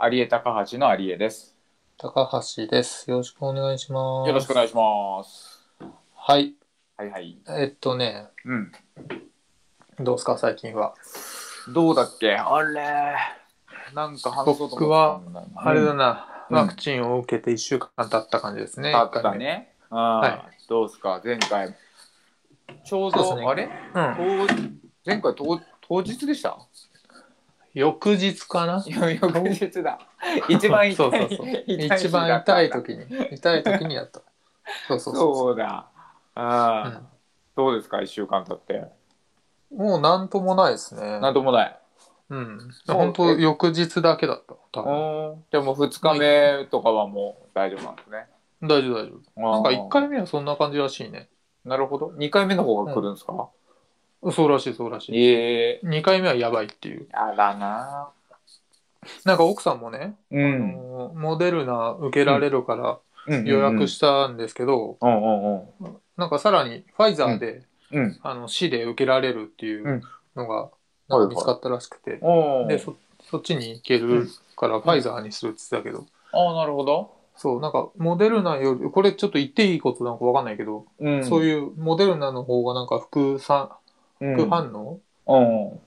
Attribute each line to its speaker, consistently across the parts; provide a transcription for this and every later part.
Speaker 1: 有江高橋の有江です。
Speaker 2: 高橋です。よろしくお願いします。
Speaker 1: よろしくお願い
Speaker 2: し
Speaker 1: します。
Speaker 2: ます。はい。
Speaker 1: はいはい。
Speaker 2: えっとね、
Speaker 1: うん。
Speaker 2: どうですか、最近は。
Speaker 1: どうだっけあれなんか話そうと
Speaker 2: 僕
Speaker 1: 思
Speaker 2: は
Speaker 1: ったんだよね
Speaker 2: あれだな、
Speaker 1: うん
Speaker 2: ワクチンを受けて1週間経った感じですね。
Speaker 1: あったね。あ
Speaker 2: は
Speaker 1: ーどうですか前回。ちょう
Speaker 2: そうっ
Speaker 1: ど、
Speaker 2: すね
Speaker 1: あれ
Speaker 2: 一回目。うん。
Speaker 1: 当前回当当日でした
Speaker 2: 翌日かない
Speaker 1: や翌日だ。 一番痛い。
Speaker 2: そうそうそう。
Speaker 1: 痛い日
Speaker 2: 一
Speaker 1: だ
Speaker 2: 番
Speaker 1: った
Speaker 2: 痛
Speaker 1: ん
Speaker 2: い
Speaker 1: だ。
Speaker 2: 時に。痛い時にやった。そうそうそう
Speaker 1: そうだ。あ
Speaker 2: う
Speaker 1: あ、
Speaker 2: ん
Speaker 1: どうですか一週間経って。
Speaker 2: もうなんともないですね。
Speaker 1: なんともない。
Speaker 2: うん。
Speaker 1: そう
Speaker 2: 本当翌日だけだった。多分
Speaker 1: じゃあもう2日目とかはもう大丈夫なんですね。
Speaker 2: 大丈夫大丈夫。
Speaker 1: な
Speaker 2: なんか1回目はそんな感じらしいね。
Speaker 1: なるほど。2回目の方が来るんですか、
Speaker 2: そうらしいそうらしい。
Speaker 1: ええ
Speaker 2: 2回目はやばいっていう。
Speaker 1: あらな
Speaker 2: なんか奥さんもね、
Speaker 1: う
Speaker 2: あ
Speaker 1: ん。
Speaker 2: のモデルナ受けられるから予
Speaker 1: 予
Speaker 2: 約したんですけど、
Speaker 1: うんうんうん。
Speaker 2: なんかさらにファイザーで、
Speaker 1: うん。
Speaker 2: あの市で受けられるっていうのが
Speaker 1: うん
Speaker 2: なんか見つかったらしくて、
Speaker 1: おー
Speaker 2: でそそっちに行けるからファイザーにするって言ってたけど、
Speaker 1: ああ、なるほど。
Speaker 2: そうなんかモデルナよりこれちょっと言っていいことなのかわかんないけど、
Speaker 1: うん
Speaker 2: そう
Speaker 1: い
Speaker 2: いうモデルナの方がなんか副産
Speaker 1: う
Speaker 2: 副反応
Speaker 1: 応。うん。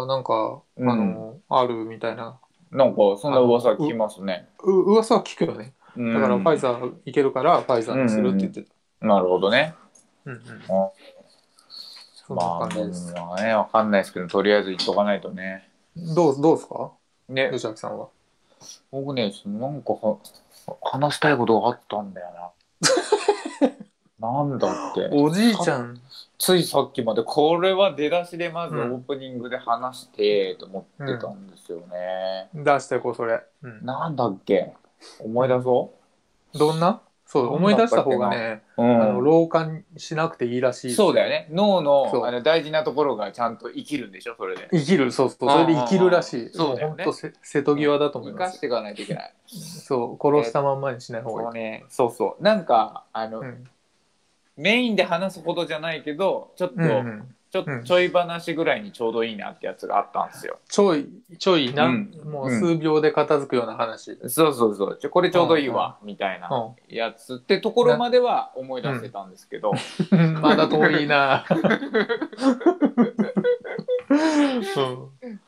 Speaker 2: がなんか、
Speaker 1: うん
Speaker 2: あのあるみたいな
Speaker 1: なんか、そんな噂聞きますね。
Speaker 2: う噂は聞くよね
Speaker 1: だ
Speaker 2: だからファイザー行けるからファイザーにするって言ってた。
Speaker 1: なるほどね。
Speaker 2: うんうん
Speaker 1: あ
Speaker 2: そんな
Speaker 1: まあ、
Speaker 2: 感じです。
Speaker 1: まあね、わかんないですけど、とりあえず言っとかないとね。
Speaker 2: どう、どうですか
Speaker 1: ね、
Speaker 2: 吉明さんは。
Speaker 1: 僕ね、なんかは話したいことがあったんだよ な。なんだって。
Speaker 2: おじい
Speaker 1: ち
Speaker 2: ゃん。
Speaker 1: ついさっきまでこれは出だしでまずオ
Speaker 2: うん
Speaker 1: ープニングで話してと思ってたんですよね、
Speaker 2: 出してこう、それ。うん
Speaker 1: なんだっけ思い出そ
Speaker 2: どんなそう、
Speaker 1: どんな
Speaker 2: 思い出した方がね、
Speaker 1: う、う
Speaker 2: あ
Speaker 1: ん
Speaker 2: の、老化しなくていいらしい。
Speaker 1: そうだよね脳
Speaker 2: そ
Speaker 1: の
Speaker 2: う
Speaker 1: あの大事なところがちゃんと生きるんでしょそれで
Speaker 2: 生きる、そうそう。それで生きるらしい。
Speaker 1: うんそうだよ
Speaker 2: 本
Speaker 1: ね
Speaker 2: 当瀬戸際だと思い
Speaker 1: 生
Speaker 2: ま
Speaker 1: か
Speaker 2: す
Speaker 1: し。ていかないといけ ない
Speaker 2: そう、殺したまんまにしない方
Speaker 1: こ
Speaker 2: が
Speaker 1: の
Speaker 2: い
Speaker 1: ねそうそうなんかあの、
Speaker 2: い。うん
Speaker 1: メインで話すほどじゃないけどちょっと、
Speaker 2: うんうん。
Speaker 1: ちょ
Speaker 2: うん
Speaker 1: ちょい話ぐらいにちょうどいいなってやつがあったんですよ
Speaker 2: ちょい、ちょいな、
Speaker 1: うん
Speaker 2: もう数秒で片付くような話。うん。
Speaker 1: そうそうそうちょこれちょうどいいわ、みたいなやつってところまでは思い出せたんですけど、
Speaker 2: まだ遠い な。うん
Speaker 1: えー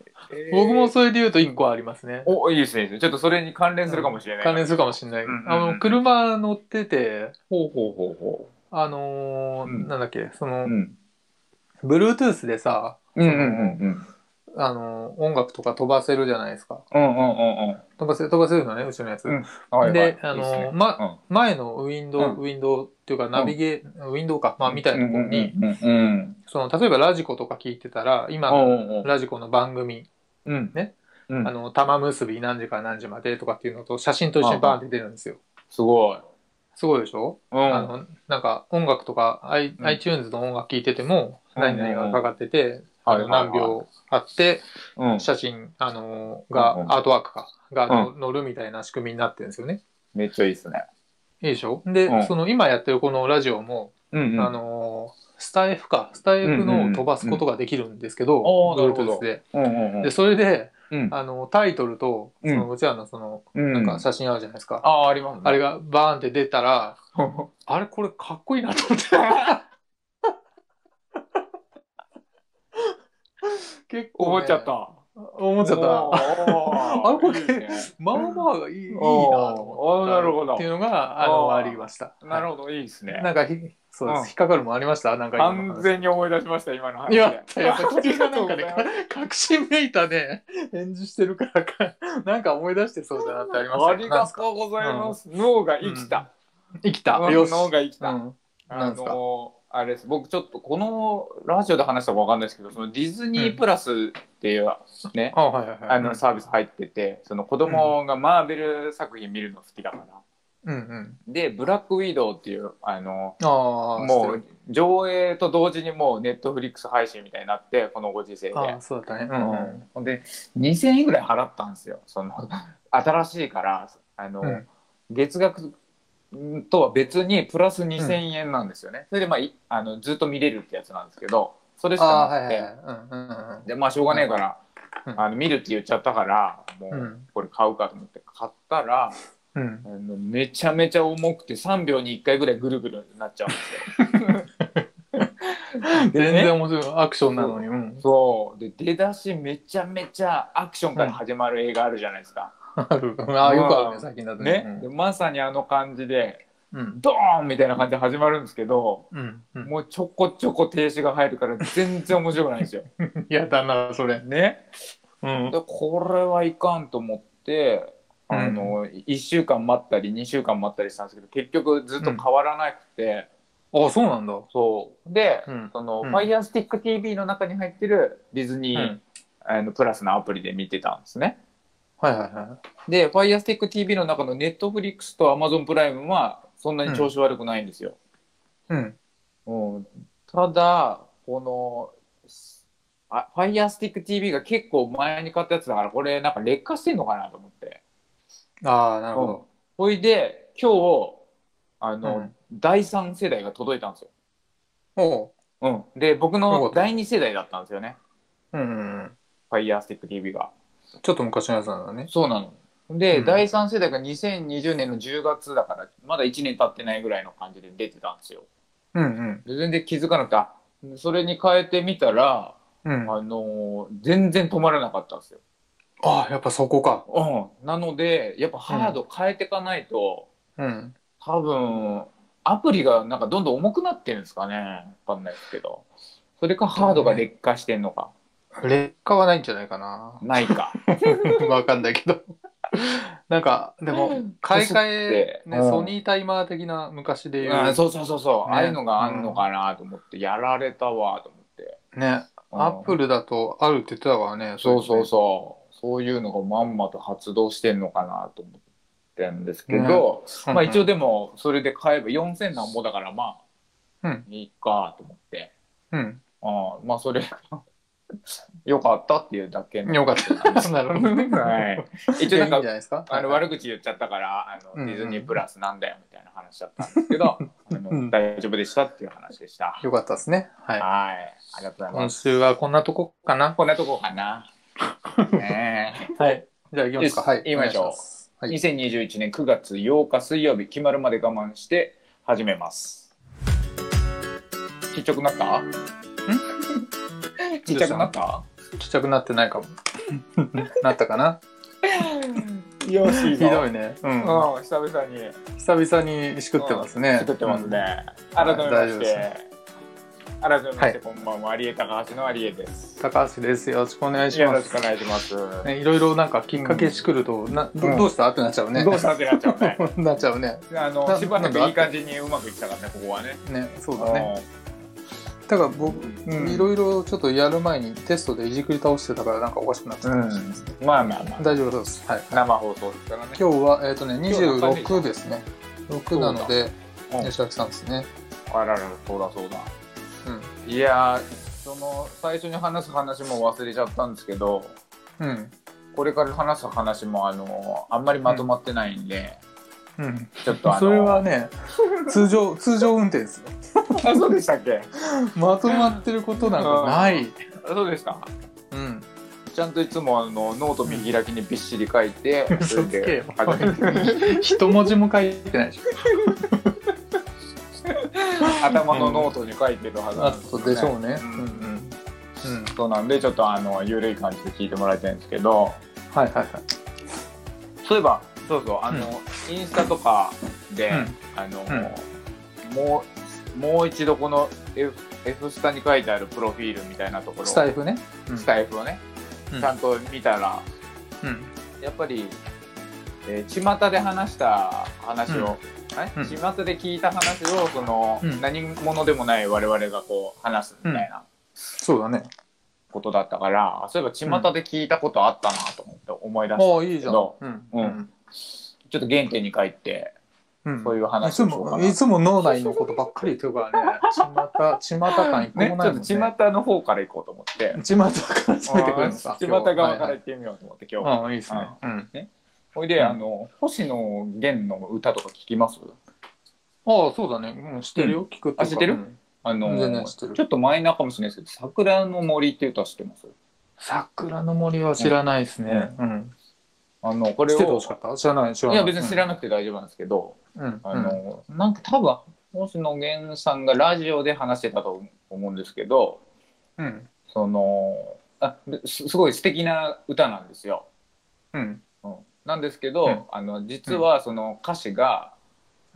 Speaker 2: 僕もそれで言うと1個ありますね。
Speaker 1: お、いいですね、いいですね。ちょっとそれに関連するかもしれない。
Speaker 2: 関連するかもしれない。
Speaker 1: うんうんうん
Speaker 2: あの、車乗ってて、
Speaker 1: ほうほうほうほ
Speaker 2: あの
Speaker 1: う
Speaker 2: ー
Speaker 1: ん。
Speaker 2: なんだっけ、そうの
Speaker 1: う、ん。
Speaker 2: Bluetooth でさ、
Speaker 1: うんうんうんうん。
Speaker 2: あのー音楽とか飛ばせるじゃないですか。
Speaker 1: うんうんうんうん。
Speaker 2: 飛ばせ、飛ばせるのね、後ろのやつ。
Speaker 1: うんはいはい
Speaker 2: で、あのーま、
Speaker 1: うん
Speaker 2: 前のウィンドウ、
Speaker 1: うん
Speaker 2: ウィンドウっていうか、ナビゲー、ウィンドウか、まあ、みたいなところに、
Speaker 1: うんうんうん
Speaker 2: その、例えばラジコとか聞いてたら、今
Speaker 1: うん。
Speaker 2: の
Speaker 1: うんうん
Speaker 2: ラジコの番組、
Speaker 1: うん。
Speaker 2: ね。
Speaker 1: うん
Speaker 2: あ。の、玉結び何時から何時までとかっていうのと、写真と一緒にバーンって出るんですよ。
Speaker 1: すごい。
Speaker 2: すごいでしょ
Speaker 1: う
Speaker 2: あ
Speaker 1: ん。
Speaker 2: の、なんか音楽とか、I
Speaker 1: うん
Speaker 2: iTunes の音楽聴いてても、
Speaker 1: うん
Speaker 2: 何々がかかってて、
Speaker 1: はいは
Speaker 2: あ
Speaker 1: い
Speaker 2: の
Speaker 1: はい
Speaker 2: 何秒あって、
Speaker 1: うん。
Speaker 2: 写真、あのー、
Speaker 1: うんう
Speaker 2: が、
Speaker 1: ん
Speaker 2: アートワークか、が
Speaker 1: う
Speaker 2: 乗るみたいな仕組みになってるんですよね。
Speaker 1: めっちゃいいっすね。
Speaker 2: いいでしょ
Speaker 1: うん
Speaker 2: で、その今やってるこのラジオも、
Speaker 1: うん
Speaker 2: あのー、スタイフか、スタイフのを飛ばすことができるんですけど、
Speaker 1: うんうんうんあーなるほど
Speaker 2: Bluetooth で。
Speaker 1: うんうんうん
Speaker 2: で、それで、
Speaker 1: うん。
Speaker 2: あの、タイトルと、
Speaker 1: う
Speaker 2: そ
Speaker 1: ん
Speaker 2: のうちらのその、
Speaker 1: うん
Speaker 2: なんか写真あるじゃないですか。
Speaker 1: ああ、ありますね。
Speaker 2: あれがバーンって出たら、 あれこれかっこいいなと思って。結構、
Speaker 1: 思っちゃっ。た。
Speaker 2: 思っちゃった。
Speaker 1: あ
Speaker 2: あこれ
Speaker 1: いいですね
Speaker 2: まあまあいいいいなと
Speaker 1: おー
Speaker 2: 思った。
Speaker 1: なるほど
Speaker 2: っていうのが、あの、
Speaker 1: あー
Speaker 2: ありました。
Speaker 1: なる
Speaker 2: ほ
Speaker 1: ほど、いいですね
Speaker 2: な。んかひ、そうです
Speaker 1: うん。
Speaker 2: 引っかかるもんありましたなんか今の
Speaker 1: 完
Speaker 2: 話
Speaker 1: 全に思い出しました、今の話で。
Speaker 2: やったやっぱ
Speaker 1: あり
Speaker 2: 鳥
Speaker 1: が
Speaker 2: が
Speaker 1: とう
Speaker 2: な
Speaker 1: んござ
Speaker 2: か
Speaker 1: い
Speaker 2: ね
Speaker 1: ます
Speaker 2: 確信めいたね、返事してるからか、なんか思い出してそうだなってありました
Speaker 1: ありがとうございます。脳が生きた。
Speaker 2: 生きた。
Speaker 1: うん
Speaker 2: よし。
Speaker 1: 脳が生きた。
Speaker 2: うん
Speaker 1: あ
Speaker 2: なんすか
Speaker 1: のーあれです。僕ちょっとこのラジオで話したかわかんないですけど、そのディズニープラスっていうね、
Speaker 2: あ、はいはいはい。
Speaker 1: あのサービス入ってて、その子供がマーベル作品見るの好きだから。
Speaker 2: うんうん。
Speaker 1: で、ブラックウィドウっていう、あの
Speaker 2: ああ、
Speaker 1: ー
Speaker 2: 知っ
Speaker 1: も
Speaker 2: て
Speaker 1: う
Speaker 2: る
Speaker 1: 上映と同時にもうネットフリックス配信みたいになって、このご時世で。
Speaker 2: ああ、そうだったね。うんうん。
Speaker 1: ほんで2,000円ぐらい払ったんですよその 新しいからあの、
Speaker 2: うん
Speaker 1: 月額とは別にプラス2,000円なんですよね、それで、まあ、いあのずっと見れるってやつなんですけどそれし
Speaker 2: ああ、
Speaker 1: か
Speaker 2: は
Speaker 1: なく
Speaker 2: い
Speaker 1: て、
Speaker 2: はいはい。うんうんうん。
Speaker 1: でまあしょうがねえから、
Speaker 2: うん
Speaker 1: あの見るって言っちゃったから、も
Speaker 2: う
Speaker 1: うんこれ買うかと思って買ったら、
Speaker 2: うん
Speaker 1: あのめちゃめちゃ重くて3秒に1回ぐらいぐるぐるなっちゃうんですよ。
Speaker 2: 全
Speaker 1: でね
Speaker 2: 然面白いアクションなのにうん
Speaker 1: そうで出だしめちゃめちゃアクションから始まる映画あるじゃないですか。
Speaker 2: あるああよくある
Speaker 1: う
Speaker 2: ね
Speaker 1: ん
Speaker 2: 最近だと
Speaker 1: ね、でまさにあの感じで
Speaker 2: うん
Speaker 1: ドーンみたいな感じで始まるんですけど
Speaker 2: うんうん
Speaker 1: もうちょこちょこ停止が入るから全然面白くないんですよ。
Speaker 2: やだなそれ
Speaker 1: ね、
Speaker 2: うん
Speaker 1: でこれはいかんと思ってあの、1週間待ったり2週間待ったりしたんですけど結局ずっと変わらなくて、
Speaker 2: あそうなんだ
Speaker 1: そうで、
Speaker 2: うん
Speaker 1: その、
Speaker 2: うん
Speaker 1: ファイヤースティック TV の中に入ってるディズニー、
Speaker 2: うん
Speaker 1: あのプラスのアプリで見てたんですね。
Speaker 2: はいはいは
Speaker 1: で、ファイアスティック TV の中のネットフリックスとアマゾンプライムはそんなに調子悪くないんですよ。
Speaker 2: いうん
Speaker 1: うん、ただ、この、あファイアスティック TV が結構前に買ったやつだから、これなんか劣化してんのかなと思って。
Speaker 2: ああなるほど
Speaker 1: ほいで、今日、あの、
Speaker 2: うん
Speaker 1: 第3世代が届いたんですよ。
Speaker 2: おう
Speaker 1: うん。で、僕
Speaker 2: よか
Speaker 1: の
Speaker 2: った
Speaker 1: 第2世代だったんですよね。
Speaker 2: うんうんうん
Speaker 1: ファイアスティック TV が。
Speaker 2: ちょっと昔のやつなんだね
Speaker 1: そうなの。で、
Speaker 2: うん
Speaker 1: 第3世代が2020年の10月だから、まだ1年経ってないぐらいの感じで出てたんですよ。
Speaker 2: うん
Speaker 1: で全然気づかなくて、あそれに変えてみたら、
Speaker 2: うんうん
Speaker 1: あのー全然止まらなかったんですよ。
Speaker 2: あやっぱそこか
Speaker 1: うん。なので、やっぱハード変えていかないと、
Speaker 2: うん
Speaker 1: 多分、アプリがなんかどんどん重くなってるんですかね。わかんないですけど。それかハードが劣化してんのか。
Speaker 2: 劣化はないんじゃないかな
Speaker 1: ないか。
Speaker 2: わかんないけど。なんか、でも、買い替え、ね、
Speaker 1: うん
Speaker 2: ソニータイマー的な昔で言
Speaker 1: うん、
Speaker 2: う、
Speaker 1: そうそうそうそう。
Speaker 2: ね
Speaker 1: ああいうのがあんのかなと思って、やられたわと思って。
Speaker 2: ね、アップ
Speaker 1: ル
Speaker 2: ルだとあるって言ってたからね。
Speaker 1: そうそう
Speaker 2: そ
Speaker 1: そう。そういうのがまんまと発動してんのかなと思ってんですけど、
Speaker 2: う
Speaker 1: まあ一応
Speaker 2: で。
Speaker 1: でも、それで買えば4000なんぼだから、まあ、
Speaker 2: うん
Speaker 1: いいかと思って。
Speaker 2: うん。
Speaker 1: ああまあそれ、よかったっていうだけの。
Speaker 2: よか った。なるほどね。
Speaker 1: はい。
Speaker 2: 一
Speaker 1: 一
Speaker 2: 応
Speaker 1: 応なんんか
Speaker 2: なか、いいんじゃないですか。
Speaker 1: あの
Speaker 2: はい
Speaker 1: 悪口言っちゃったからあの、
Speaker 2: うんうん
Speaker 1: ディズニープラスなんだよみたいな話だったんですけどあの、
Speaker 2: うん
Speaker 1: 大丈夫でしたっていう話でした。はい、
Speaker 2: よかったですね。はい。
Speaker 1: ありがとうございま
Speaker 2: 今
Speaker 1: す。
Speaker 2: 週はこんなとこかな。
Speaker 1: こんなとこかな。ねえ
Speaker 2: はい。じゃあ行きます
Speaker 1: よ
Speaker 2: か。
Speaker 1: し
Speaker 2: はい。
Speaker 1: 行きましょう
Speaker 2: お願いますはい。
Speaker 1: 2021年9月8日水曜日決まるまで我慢して始めます。ちっちゃくなった？ん？ ちっちゃくなった？
Speaker 2: ちっちゃくなってな いかも。なったかな。
Speaker 1: よし
Speaker 2: ひどいね。うん。
Speaker 1: うん、久々に
Speaker 2: 久々にしくってますね。
Speaker 1: 作ってますね。
Speaker 2: うん
Speaker 1: 改めま
Speaker 2: 大丈
Speaker 1: し
Speaker 2: 夫です
Speaker 1: て、改めまして、
Speaker 2: はい
Speaker 1: こんばんは、有江高橋の有江です。
Speaker 2: うん。高橋です。よろしくお願いし
Speaker 1: よ
Speaker 2: ま
Speaker 1: ろ
Speaker 2: す
Speaker 1: しく。お願いします。
Speaker 2: ね、いろいろなんかきっかけしくると、など
Speaker 1: うん
Speaker 2: どうしたってなっちゃうね。
Speaker 1: どうしたってなっちゃうね。
Speaker 2: なっちゃうね。
Speaker 1: あ
Speaker 2: な
Speaker 1: の、しばらく
Speaker 2: なんだ
Speaker 1: いい感じにうまくいったからね、ここはね。
Speaker 2: ね、そうだね。
Speaker 1: うん
Speaker 2: だから僕、
Speaker 1: うん
Speaker 2: いろいろちょっとやる前にテストでいじくり倒してたからなんかおかしくなっちゃったかもしれないですね。
Speaker 1: まあまあまあ、
Speaker 2: 大丈夫そうです。はい。
Speaker 1: 生放送ですからね。
Speaker 2: 今日は、えっ、とね、
Speaker 1: 今日は
Speaker 2: 26ですね。6なので、
Speaker 1: うん
Speaker 2: 吉崎さんですね。
Speaker 1: あらら、そうだそうだ。
Speaker 2: うん。
Speaker 1: いやー、その、最初に話す話も忘れちゃったんですけど、
Speaker 2: うん。
Speaker 1: これから話す話も、あの、あんまりまとまってないんで、
Speaker 2: うん。
Speaker 1: ちょっとあの、
Speaker 2: それ はね、通常、通常運転ですよ。
Speaker 1: あ、そうでしたっけ
Speaker 2: まとまってることなんかない。
Speaker 1: あそうでした
Speaker 2: うん。
Speaker 1: ちゃんといつもあのノート見開きにびっしり書いて、それで
Speaker 2: 嘘つけよ
Speaker 1: 始めて
Speaker 2: 一文字も書いてないでしょ。
Speaker 1: 頭のノートに書いてるはずな
Speaker 2: あ
Speaker 1: んです
Speaker 2: と
Speaker 1: よ
Speaker 2: でしょうね。
Speaker 1: う
Speaker 2: うんんうん。うん。
Speaker 1: そうなんでちょっとあの緩い感じで聞いてもらいたいんですけど
Speaker 2: はいはいはい。
Speaker 1: そういえばそうそうあの、インスタとかで、
Speaker 2: うん
Speaker 1: あの、もうもう一度この F, F スタに書いてあるプロフィールみたいなところ
Speaker 2: スタイフね。
Speaker 1: スタイフをね、
Speaker 2: うん
Speaker 1: ちゃんと見たら
Speaker 2: うん。
Speaker 1: やっぱり、えー巷で話した話を、あれ
Speaker 2: うん
Speaker 1: 巷で聞いた話をその、
Speaker 2: うん
Speaker 1: 何者でもない我々がこう話すみたいな
Speaker 2: そうだね。
Speaker 1: ことだったから、あそういえば巷で聞いたことあったなと思って思い出して、
Speaker 2: ああ、いいじゃん。
Speaker 1: ど
Speaker 2: うん。
Speaker 1: うんちょっと原点に帰って
Speaker 2: うん
Speaker 1: そういう
Speaker 2: い
Speaker 1: 話
Speaker 2: つ
Speaker 1: をしようか
Speaker 2: も、
Speaker 1: な、
Speaker 2: い
Speaker 1: ね、ち
Speaker 2: つも脳内のことばっかり言ってるからね。ちまた、ちまた感一個もないもんね。ち
Speaker 1: ょっ
Speaker 2: ま
Speaker 1: と巷の方から行こうと思って。
Speaker 2: た、ちまたからついてくるんですか。
Speaker 1: ちまた側から
Speaker 2: はい
Speaker 1: 行ってみようと思って今日は。
Speaker 2: はい。ああ、いいですね。うん。
Speaker 1: ほいで、
Speaker 2: うん
Speaker 1: あの星野源の歌とか聞きます
Speaker 2: ああ、そうだね。うん、知ってるよ。聞くっていうか
Speaker 1: あ知ってる
Speaker 2: うん
Speaker 1: あの
Speaker 2: 全然知ってる
Speaker 1: ちょっとマイナーかもしれないですけど「桜の森」って歌知ってます
Speaker 2: 桜の森は知らないですね。うん。
Speaker 1: あの、こ
Speaker 2: こ
Speaker 1: れ
Speaker 2: れ
Speaker 1: を、
Speaker 2: ててほしかった知らない、知ら
Speaker 1: い
Speaker 2: な
Speaker 1: や
Speaker 2: い。
Speaker 1: 別に知らなくて大丈夫なんですけど、
Speaker 2: うん。うん。
Speaker 1: あの、なんか多分、星野源さんがラジオで話してたと思うんですけど、
Speaker 2: うん。
Speaker 1: その、あですすごい素敵な歌なんですよ。
Speaker 2: うん。
Speaker 1: うん、なんですけど、
Speaker 2: うん
Speaker 1: あの実はその歌詞が、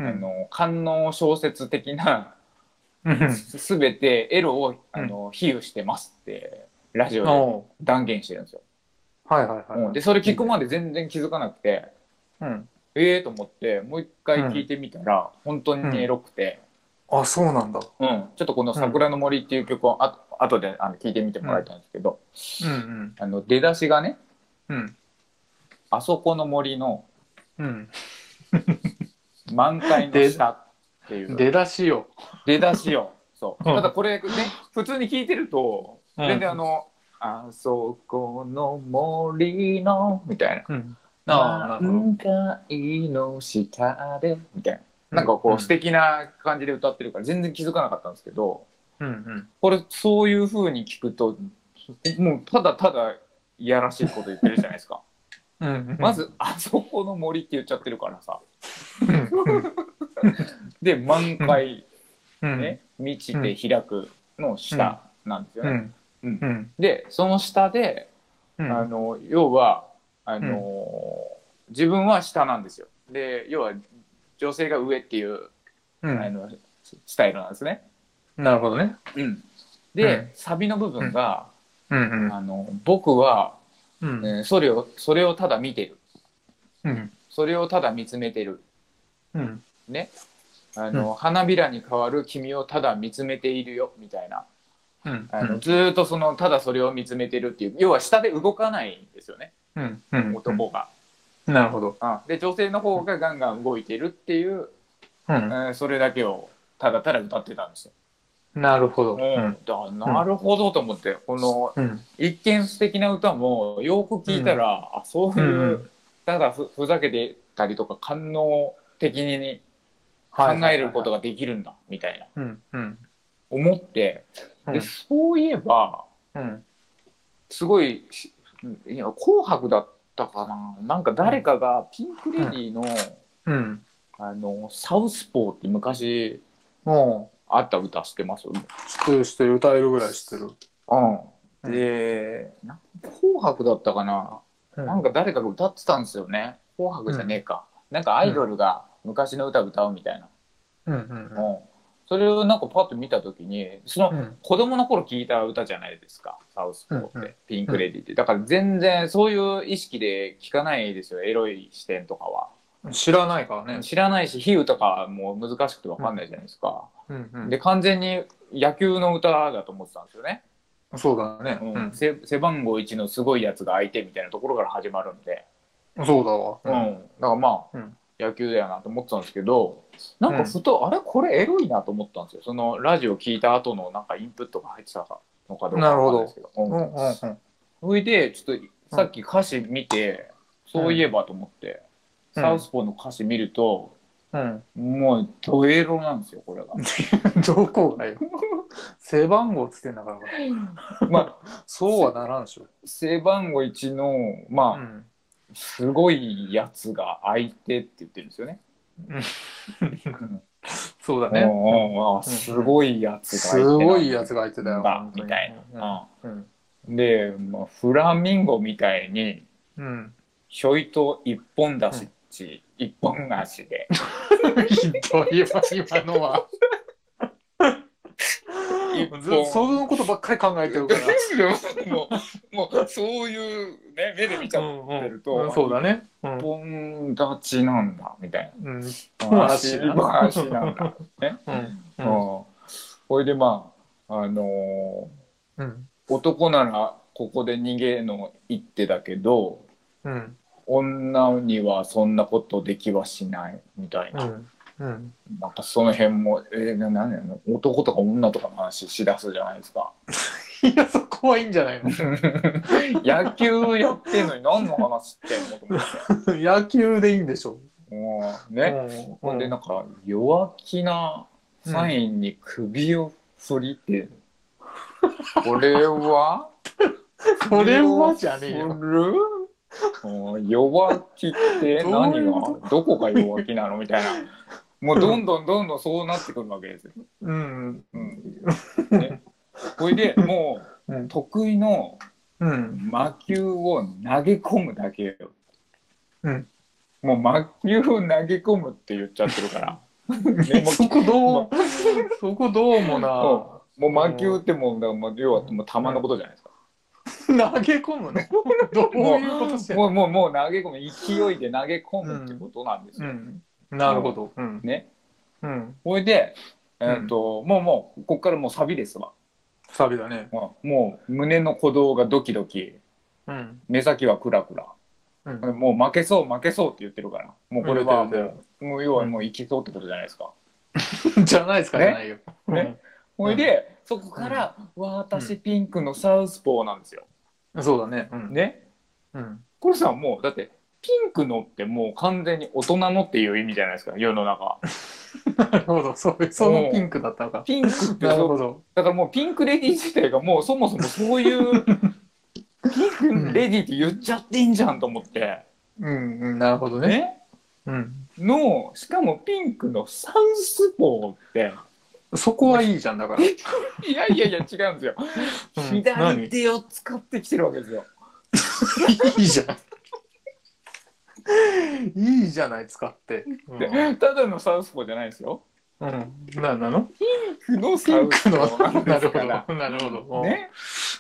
Speaker 2: うん。
Speaker 1: あの官能小説的な
Speaker 2: うん。
Speaker 1: すべてエロをあの比喩してますってラジオで
Speaker 2: おう
Speaker 1: 断言してるんですよ。
Speaker 2: はいはいはい。
Speaker 1: うん、でそれ聞くまで全然気づかなくて、
Speaker 2: うん。
Speaker 1: ええと思ってもう一回聞いてみたら、本当にエロくて、
Speaker 2: あ、そうなんだ。
Speaker 1: うんちょっとこの「桜の森」っていう曲をあ後であの聞いてみてもらいたいんですけど、
Speaker 2: うん
Speaker 1: あの出だしがね
Speaker 2: うん。うん。
Speaker 1: 「あそこの森の
Speaker 2: うん。
Speaker 1: 満開の下」っていう
Speaker 2: 出だしよ。
Speaker 1: 出だしよ。そう。
Speaker 2: うん
Speaker 1: ただこれね、普通に聞いてると、
Speaker 2: うん
Speaker 1: 全然あの、あそこの森の、みたい
Speaker 2: うん。
Speaker 1: な。
Speaker 2: ああ、なるほ
Speaker 1: 満開の下で、みたいな。なんかこう、
Speaker 2: うん
Speaker 1: 素敵な感じで歌ってるから全然気づかなかったんですけど、
Speaker 2: ど。うん
Speaker 1: これそういう風に聞くと、もうただただいやらしいこと言ってるじゃないですか。
Speaker 2: うん。 うん。
Speaker 1: ま、ず、あそこの森って言っちゃってるからさ。
Speaker 2: うん。
Speaker 1: で、満開、
Speaker 2: うん。
Speaker 1: ね、満ちて開くの下なんですよ
Speaker 2: う
Speaker 1: ね。
Speaker 2: ん。うん。
Speaker 1: でその下で、
Speaker 2: うん。
Speaker 1: あの要はあの、自分は下なんですよで要は女性が上っていう、
Speaker 2: う
Speaker 1: あ
Speaker 2: ん。
Speaker 1: のスタイルなんですね、
Speaker 2: なるほどね。
Speaker 1: で、
Speaker 2: うん
Speaker 1: サビの部分が、
Speaker 2: うん。
Speaker 1: あの僕は、
Speaker 2: うん。
Speaker 1: えーそれをそれをただ見てる
Speaker 2: うん。
Speaker 1: それをただ見つめてる
Speaker 2: うん。
Speaker 1: ねあの、花びらに変わる君をただ見つめているよみたいな
Speaker 2: うん。
Speaker 1: あの、ずーっとそのただそれを見つめてるっていう要は下で動かないんですよね
Speaker 2: うん。うん。
Speaker 1: 男が、
Speaker 2: なるほど。
Speaker 1: うんで女性の方がガンガン動いてるっていう、
Speaker 2: うん。
Speaker 1: えーそれだけをただただ歌ってたんですよ。
Speaker 2: なるほど。
Speaker 1: うんだなるほどと思ってこの
Speaker 2: うん。
Speaker 1: 一見素敵な歌もよく聞いたら、あそういう、
Speaker 2: うん
Speaker 1: ただふふざけてたりとか官能的に考えること
Speaker 2: が。
Speaker 1: ができるんだみたいな
Speaker 2: うん。うん。
Speaker 1: 思って
Speaker 2: う
Speaker 1: で
Speaker 2: ん
Speaker 1: そういえば
Speaker 2: うん。
Speaker 1: すごいしいや紅白だったかななんか誰かがピンク・レディーの,、
Speaker 2: うん。
Speaker 1: あのサウスポーって昔
Speaker 2: も
Speaker 1: あった歌知ってます
Speaker 2: う、知ってる知ってる、歌えるぐらい知ってる。
Speaker 1: うん。で、な紅白だったかな、なんか誰かが歌ってたんですよね。紅白じゃねえか。なんかアイドルが昔の歌歌うみたいな。
Speaker 2: うんう
Speaker 1: うんん。それをなんかパッと見たときに、その、
Speaker 2: うん。
Speaker 1: 子供の頃聴いた歌じゃないですか、サウスポーって、
Speaker 2: うんうん
Speaker 1: ピンク・レディーって。だから全然そういう意識で聴かないですよ、エロい視点とかは。
Speaker 2: うん。知らないからね。
Speaker 1: 知らないし、比喩とかもう難しくて分かんないじゃないですか。
Speaker 2: うんうん。
Speaker 1: で、完全に野球の歌だと思ってたんですよね。
Speaker 2: そうだね。
Speaker 1: うん
Speaker 2: う
Speaker 1: せ背番号1のすごいやつが相手みたいなところから始まるんで、
Speaker 2: ん。そうだわ。
Speaker 1: うん。だからまあ、
Speaker 2: うん
Speaker 1: 野球だよなと思ってたんですけどなんかふと、あれこれエロいなと思ったんですよそのラジオ聞いた後のなんかインプットが入ってたのかどうか
Speaker 2: なるほど
Speaker 1: わかんないですけど、
Speaker 2: う
Speaker 1: うん
Speaker 2: んうんうん。
Speaker 1: それでちょっとさっき歌詞見て、そういえばと思って、
Speaker 2: うん
Speaker 1: サウスポーの歌詞見ると
Speaker 2: うん。
Speaker 1: もうドエロなんですよこれが
Speaker 2: どこがよ。背番号つけんだから。
Speaker 1: まあ
Speaker 2: そうはならんでしょ。
Speaker 1: 背番号1のまあ、
Speaker 2: ん。
Speaker 1: すごいやつが相手って言ってるんですよね。
Speaker 2: そうだ
Speaker 1: ね
Speaker 2: ね。
Speaker 1: すごいやつが
Speaker 2: すごいやつ
Speaker 1: が
Speaker 2: が入ってたよ。
Speaker 1: みたい
Speaker 2: な。
Speaker 1: な。
Speaker 2: うん。
Speaker 1: うんで、まあ、フラミンゴみたいに
Speaker 2: うん。
Speaker 1: ひょいと一本出しっち、一本足で
Speaker 2: ひどいわ、今のは。
Speaker 1: 一
Speaker 2: ずっとそ
Speaker 1: 本。
Speaker 2: のことばっかり考えてるか ら。
Speaker 1: もうもうそういう、ね、目で見ちゃってると、
Speaker 2: うんそうだね。う
Speaker 1: 一
Speaker 2: ん
Speaker 1: 本立ちなんだみたい
Speaker 2: うん
Speaker 1: な
Speaker 2: 足
Speaker 1: 一本足なんだ、ね
Speaker 2: うん
Speaker 1: うん、ほいでまああのー
Speaker 2: うん
Speaker 1: 男ならここで逃げの一手だけど
Speaker 2: うん
Speaker 1: 女にはそんなことできはしないみたいな、
Speaker 2: うん
Speaker 1: なんかその辺も、えー、な何やの男とか女とかの話しだすじゃないですか
Speaker 2: いやそこはいいんじゃないの
Speaker 1: 野球やってんのに何の話してんのと思って
Speaker 2: 野球でいいんでしょ
Speaker 1: もうね、
Speaker 2: う
Speaker 1: ほん
Speaker 2: ん
Speaker 1: でなんか弱気なサインに首を振りって、これは
Speaker 2: それもじゃねえ
Speaker 1: よ。
Speaker 2: よ。
Speaker 1: うん弱気って何
Speaker 2: どういうこ
Speaker 1: がどこが弱気なのみたいなもうどんどんどんどんそうなってくるわけですよ。
Speaker 2: うん。
Speaker 1: うんね、これでも
Speaker 2: う。
Speaker 1: うん得意の
Speaker 2: うん。
Speaker 1: 魔球を投げ込むだけよ。
Speaker 2: うん
Speaker 1: もう魔球を投げ込むって言っちゃってるから。ねもう
Speaker 2: そこどう、そこどうもな。
Speaker 1: もう魔球ってもう、だからもう要はもう球のことじゃないですか。
Speaker 2: 投げ込むのどういうことしてんの
Speaker 1: もう、もう、もう投げ込む、勢いで投げ込むってことなんです
Speaker 2: う
Speaker 1: よ。
Speaker 2: ん。なるほど。うん。
Speaker 1: ね。
Speaker 2: うん。
Speaker 1: ほいで、えーっと、もうもう、こっからもうサビですわ。
Speaker 2: サビだね。
Speaker 1: もうもう胸の鼓動がドキドキ、
Speaker 2: うん。
Speaker 1: 目先はクラクラ。
Speaker 2: うん。
Speaker 1: もう負けそう、負けそうって言ってるから。もうこれは、
Speaker 2: 言うてる
Speaker 1: もう要はもう行きそうってことじゃないですか。
Speaker 2: じゃないですか、じ
Speaker 1: ね
Speaker 2: ゃないよ。
Speaker 1: ねほいで、そこから、私ピンクのサウスポーなんですよ。
Speaker 2: うんそうだね。うん。
Speaker 1: ね。
Speaker 2: うん。
Speaker 1: これさもうだってピンクのってもう完全に大人のっていう意味じゃないですか世の中
Speaker 2: なるほど。そういう、そ のピンクだったのか。
Speaker 1: ピンクって
Speaker 2: なる
Speaker 1: そう
Speaker 2: ほど。
Speaker 1: だからもうピンクレディー自体がもうそもそもそういうピンクレディーって言っちゃっていいんじゃんと思って
Speaker 2: うん、うん、なるほどね。
Speaker 1: ね
Speaker 2: うん。
Speaker 1: のしかもピンクのサウスポーって
Speaker 2: そこはいいじゃん、だから。
Speaker 1: いやいやいや違うんですよ
Speaker 2: うん
Speaker 1: 左手を使ってきてるわけですよ
Speaker 2: いいじゃん。いいじゃない、使って。うん。
Speaker 1: でただのサウスポーじゃないですよ
Speaker 2: うん、な、なの
Speaker 1: ピンクの
Speaker 2: ピ
Speaker 1: サ
Speaker 2: ン
Speaker 1: ウス
Speaker 2: ク
Speaker 1: ポ
Speaker 2: の
Speaker 1: ーなんで
Speaker 2: なる
Speaker 1: す
Speaker 2: ほ
Speaker 1: から
Speaker 2: ど。なるほど。
Speaker 1: ね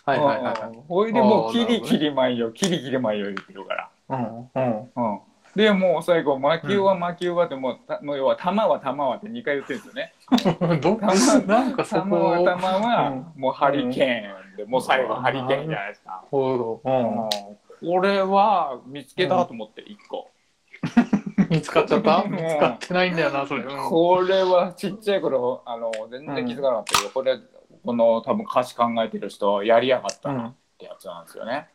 Speaker 2: うん。はいはいはいはい。
Speaker 1: うんほいでも
Speaker 2: あ
Speaker 1: う
Speaker 2: ー
Speaker 1: キ
Speaker 2: なる
Speaker 1: リ
Speaker 2: ほどね
Speaker 1: キリまいよキリキリまいよ言ってるから
Speaker 2: うん、うん。
Speaker 1: うん、でもう最後「魔球は魔球は」ってもう,た、もう要は「玉は玉は」って2回言ってるんですよね。
Speaker 2: どなんかそ
Speaker 1: 玉
Speaker 2: こ
Speaker 1: は
Speaker 2: を。
Speaker 1: 玉はもうハリケーンで、もう最後ハリケーンじゃないですか。
Speaker 2: ほど。
Speaker 1: うん、これは見つけたと思って1個、
Speaker 2: うん。見つかっちゃった
Speaker 1: うん
Speaker 2: 見つかってないんだよな、それ。うん
Speaker 1: これはちっちゃい頃あの全然気づかなかったけど、これこの多分歌詞考えてる人やりやがったなってやつなんですよね。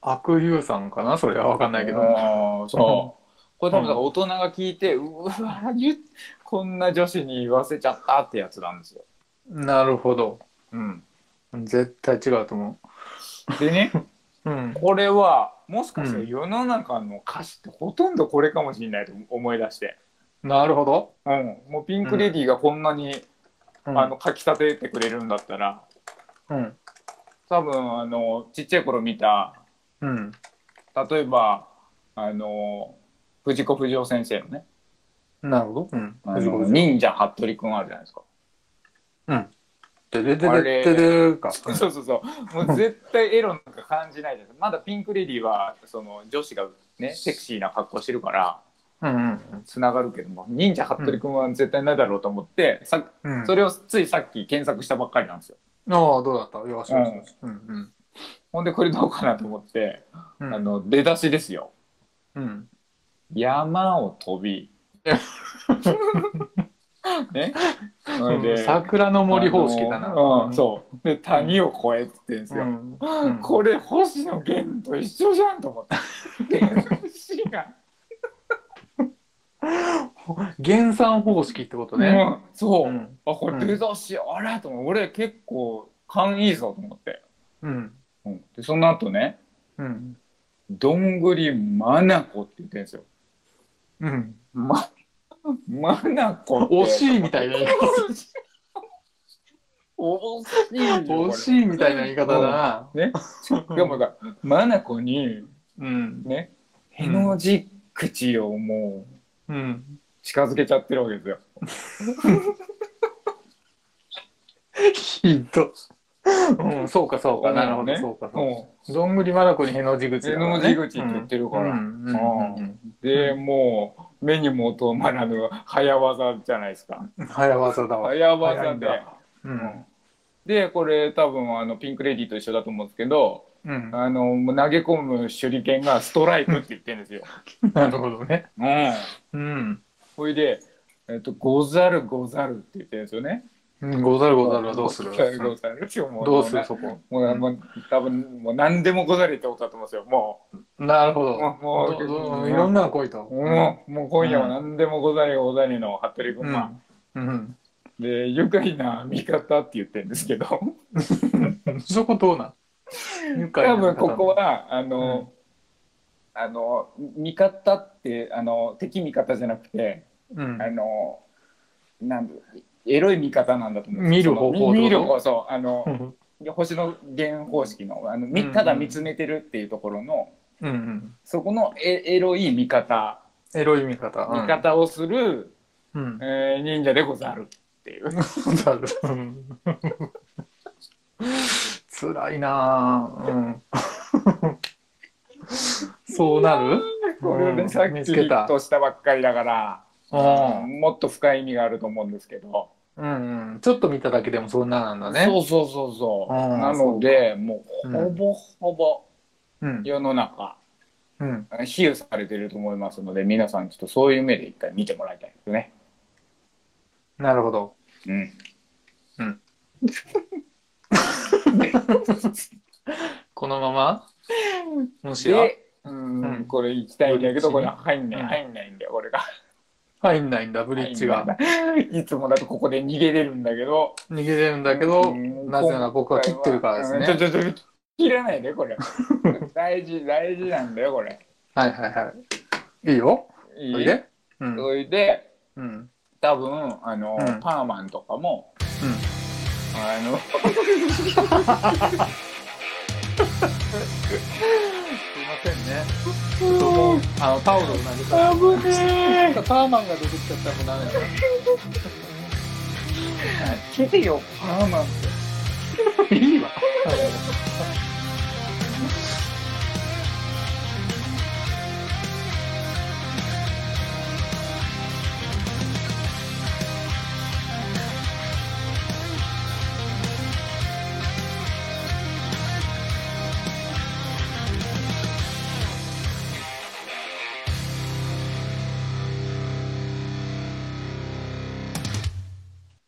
Speaker 2: 悪友さんかなそれはわかんないけど。
Speaker 1: うんそうこれ多分だから大人が聞いて、うわ言っこんな女子に言わせちゃったってやつなんですよ。
Speaker 2: なるほど。
Speaker 1: うん
Speaker 2: 絶対違うと思
Speaker 1: でね
Speaker 2: う。うん。
Speaker 1: これはもしかしたら
Speaker 2: うん
Speaker 1: 世の中の歌詞ってほとんどこれかもしれないと思い出して、
Speaker 2: なるほど。
Speaker 1: うん、もうピンク・レディーがこんなに、
Speaker 2: あ
Speaker 1: あ、の書き立ててくれるんだったら
Speaker 2: うん。
Speaker 1: 多分あのちっちゃい頃見た
Speaker 2: うん。
Speaker 1: 例えばあの藤子不二雄先生のね
Speaker 2: なるほど。うん。
Speaker 1: 「あの忍者服部くん」あるじゃないですか。
Speaker 2: ででででででか。
Speaker 1: そうそうそうもう絶対エロなんか感じないじゃないですかまだピンク・レディーはその女子がねセクシーな格好してるから。
Speaker 2: うん
Speaker 1: つながるけども忍者服部君は絶対ないだろうと思って、さ
Speaker 2: うん。
Speaker 1: そ
Speaker 2: れ。
Speaker 1: れをついさっき検索したばっかりなんですよ。
Speaker 2: ああ、どうだったよしよしよし。うん
Speaker 1: ほんでこれどうかなと思って、
Speaker 2: うん。
Speaker 1: あ、の出だしですよ。
Speaker 2: うん。
Speaker 1: 山を飛 び。ね。それで
Speaker 2: 桜の森方式だ
Speaker 1: あ
Speaker 2: な。
Speaker 1: のうん、そう。で谷を越えって言ってんですよ。
Speaker 2: ん。
Speaker 1: これ星野源と一緒じゃんと思って。 星が。
Speaker 2: 減産方式ってことね。
Speaker 1: うん、そう。
Speaker 2: ん。
Speaker 1: あこれ出だし、あれと思って俺結構勘いいぞと思って。
Speaker 2: うん。
Speaker 1: うん、でその後ね。
Speaker 2: うん。
Speaker 1: どんぐりまなこって言ってるんですよ。
Speaker 2: うん。
Speaker 1: ま、まなこって。
Speaker 2: 惜しいみたいな言い方。
Speaker 1: 惜しい。惜しいよ。
Speaker 2: 惜しいみたいな言い方だな。
Speaker 1: い。ね。でもさ、まなこに、
Speaker 2: うん。
Speaker 1: ね、への字口をもう
Speaker 2: うん。
Speaker 1: 近づけちゃってるわけですよ。
Speaker 2: ひど。うん、そうかそうか。なるほど、そうかそうか。
Speaker 1: も
Speaker 2: どんぐりまだこにへの字口
Speaker 1: へ
Speaker 2: だから
Speaker 1: の
Speaker 2: ね
Speaker 1: 字口って言ってるから。
Speaker 2: うんうんう
Speaker 1: う
Speaker 2: ん
Speaker 1: で、もう、目にもとまらぬ早技じゃないですか。
Speaker 2: うん早技だわ、
Speaker 1: 早技で。
Speaker 2: 早うん
Speaker 1: で、これ多分あのピンクレディーと一緒だと思うんですけど、
Speaker 2: うん、
Speaker 1: あの、もう投げ込む手裏剣がストライクって言ってるん ですよ。
Speaker 2: なるほどね
Speaker 1: うん。
Speaker 2: うん
Speaker 1: ほいで、えっと、ござるござるって言ってるんですよね。
Speaker 2: うんござるござるはどうする
Speaker 1: ござるござる。も
Speaker 2: どうするそこ
Speaker 1: もう、もう、多分、もう何でもござるってことだと思うんですよ。も
Speaker 2: なるほ
Speaker 1: う、も
Speaker 2: ど
Speaker 1: う、も
Speaker 2: ど
Speaker 1: う、
Speaker 2: ど
Speaker 1: も
Speaker 2: いろん
Speaker 1: う
Speaker 2: なの来いと
Speaker 1: もう、もう今夜は何でもござるござるの服部
Speaker 2: う
Speaker 1: 君が、
Speaker 2: ん、うん
Speaker 1: で、愉快な味方って言ってるんですけど、
Speaker 2: そこどうなん愉快
Speaker 1: 多
Speaker 2: な方な
Speaker 1: 分ここはあの、あの味方ってあの敵味方じゃなくて、
Speaker 2: うん
Speaker 1: あのなんだエロい味方なんだと思う
Speaker 2: 見る方法
Speaker 1: その見る
Speaker 2: ってこ
Speaker 1: 方そうあの星の原方式のあのみ
Speaker 2: うん
Speaker 1: ただ見つめてるっていうところの、
Speaker 2: うんうん
Speaker 1: そこのエエロい味方
Speaker 2: エロい見方うん
Speaker 1: 味方をする、
Speaker 2: うん
Speaker 1: えー忍者でござるっていう。
Speaker 2: な る辛いなぁ、うん、 そうなる
Speaker 1: これ
Speaker 2: う
Speaker 1: ね
Speaker 2: ん
Speaker 1: さっき
Speaker 2: 見
Speaker 1: ヒ
Speaker 2: つけた
Speaker 1: ットしたばっかりだから、
Speaker 2: うん
Speaker 1: もっと深い意味があると思うんですけど、
Speaker 2: うんうんちょっと見ただけでもそんななんだね
Speaker 1: そうそうそうそう
Speaker 2: うん
Speaker 1: なのでもうほぼほぼ
Speaker 2: うん
Speaker 1: 世の中、
Speaker 2: うん
Speaker 1: 比喩されてると思いますので皆さんちょっとそういう目で一回見てもらいたいですね。
Speaker 2: なるほど
Speaker 1: うん、
Speaker 2: このままもしや
Speaker 1: で、うん
Speaker 2: うん
Speaker 1: これ行きたいんだけど
Speaker 2: ブ
Speaker 1: こ
Speaker 2: リ
Speaker 1: れ
Speaker 2: ッジ
Speaker 1: 入んない、
Speaker 2: うん
Speaker 1: 入んないんだよこれが。
Speaker 2: 入んないんだブリッジが
Speaker 1: 入んないいつもだとここで逃げれるんだけど。
Speaker 2: 逃げれるんだけど、
Speaker 1: うん
Speaker 2: なぜなら僕は切ってるからです
Speaker 1: うん
Speaker 2: ね
Speaker 1: ちょちょちょ切らないでこれ。 大事大事なんだよこれ。
Speaker 2: はいはいはいいいよ
Speaker 1: い
Speaker 2: おいでうんうん
Speaker 1: それで
Speaker 2: うん
Speaker 1: 多分あの、
Speaker 2: うん
Speaker 1: パーマンとかもあのすいませんね
Speaker 2: ちょっともうあのタオルを投げた
Speaker 1: あぶね
Speaker 2: パーマンが出てきちゃったらもうダメだよ
Speaker 1: え切れよパーマンって
Speaker 2: いいわ。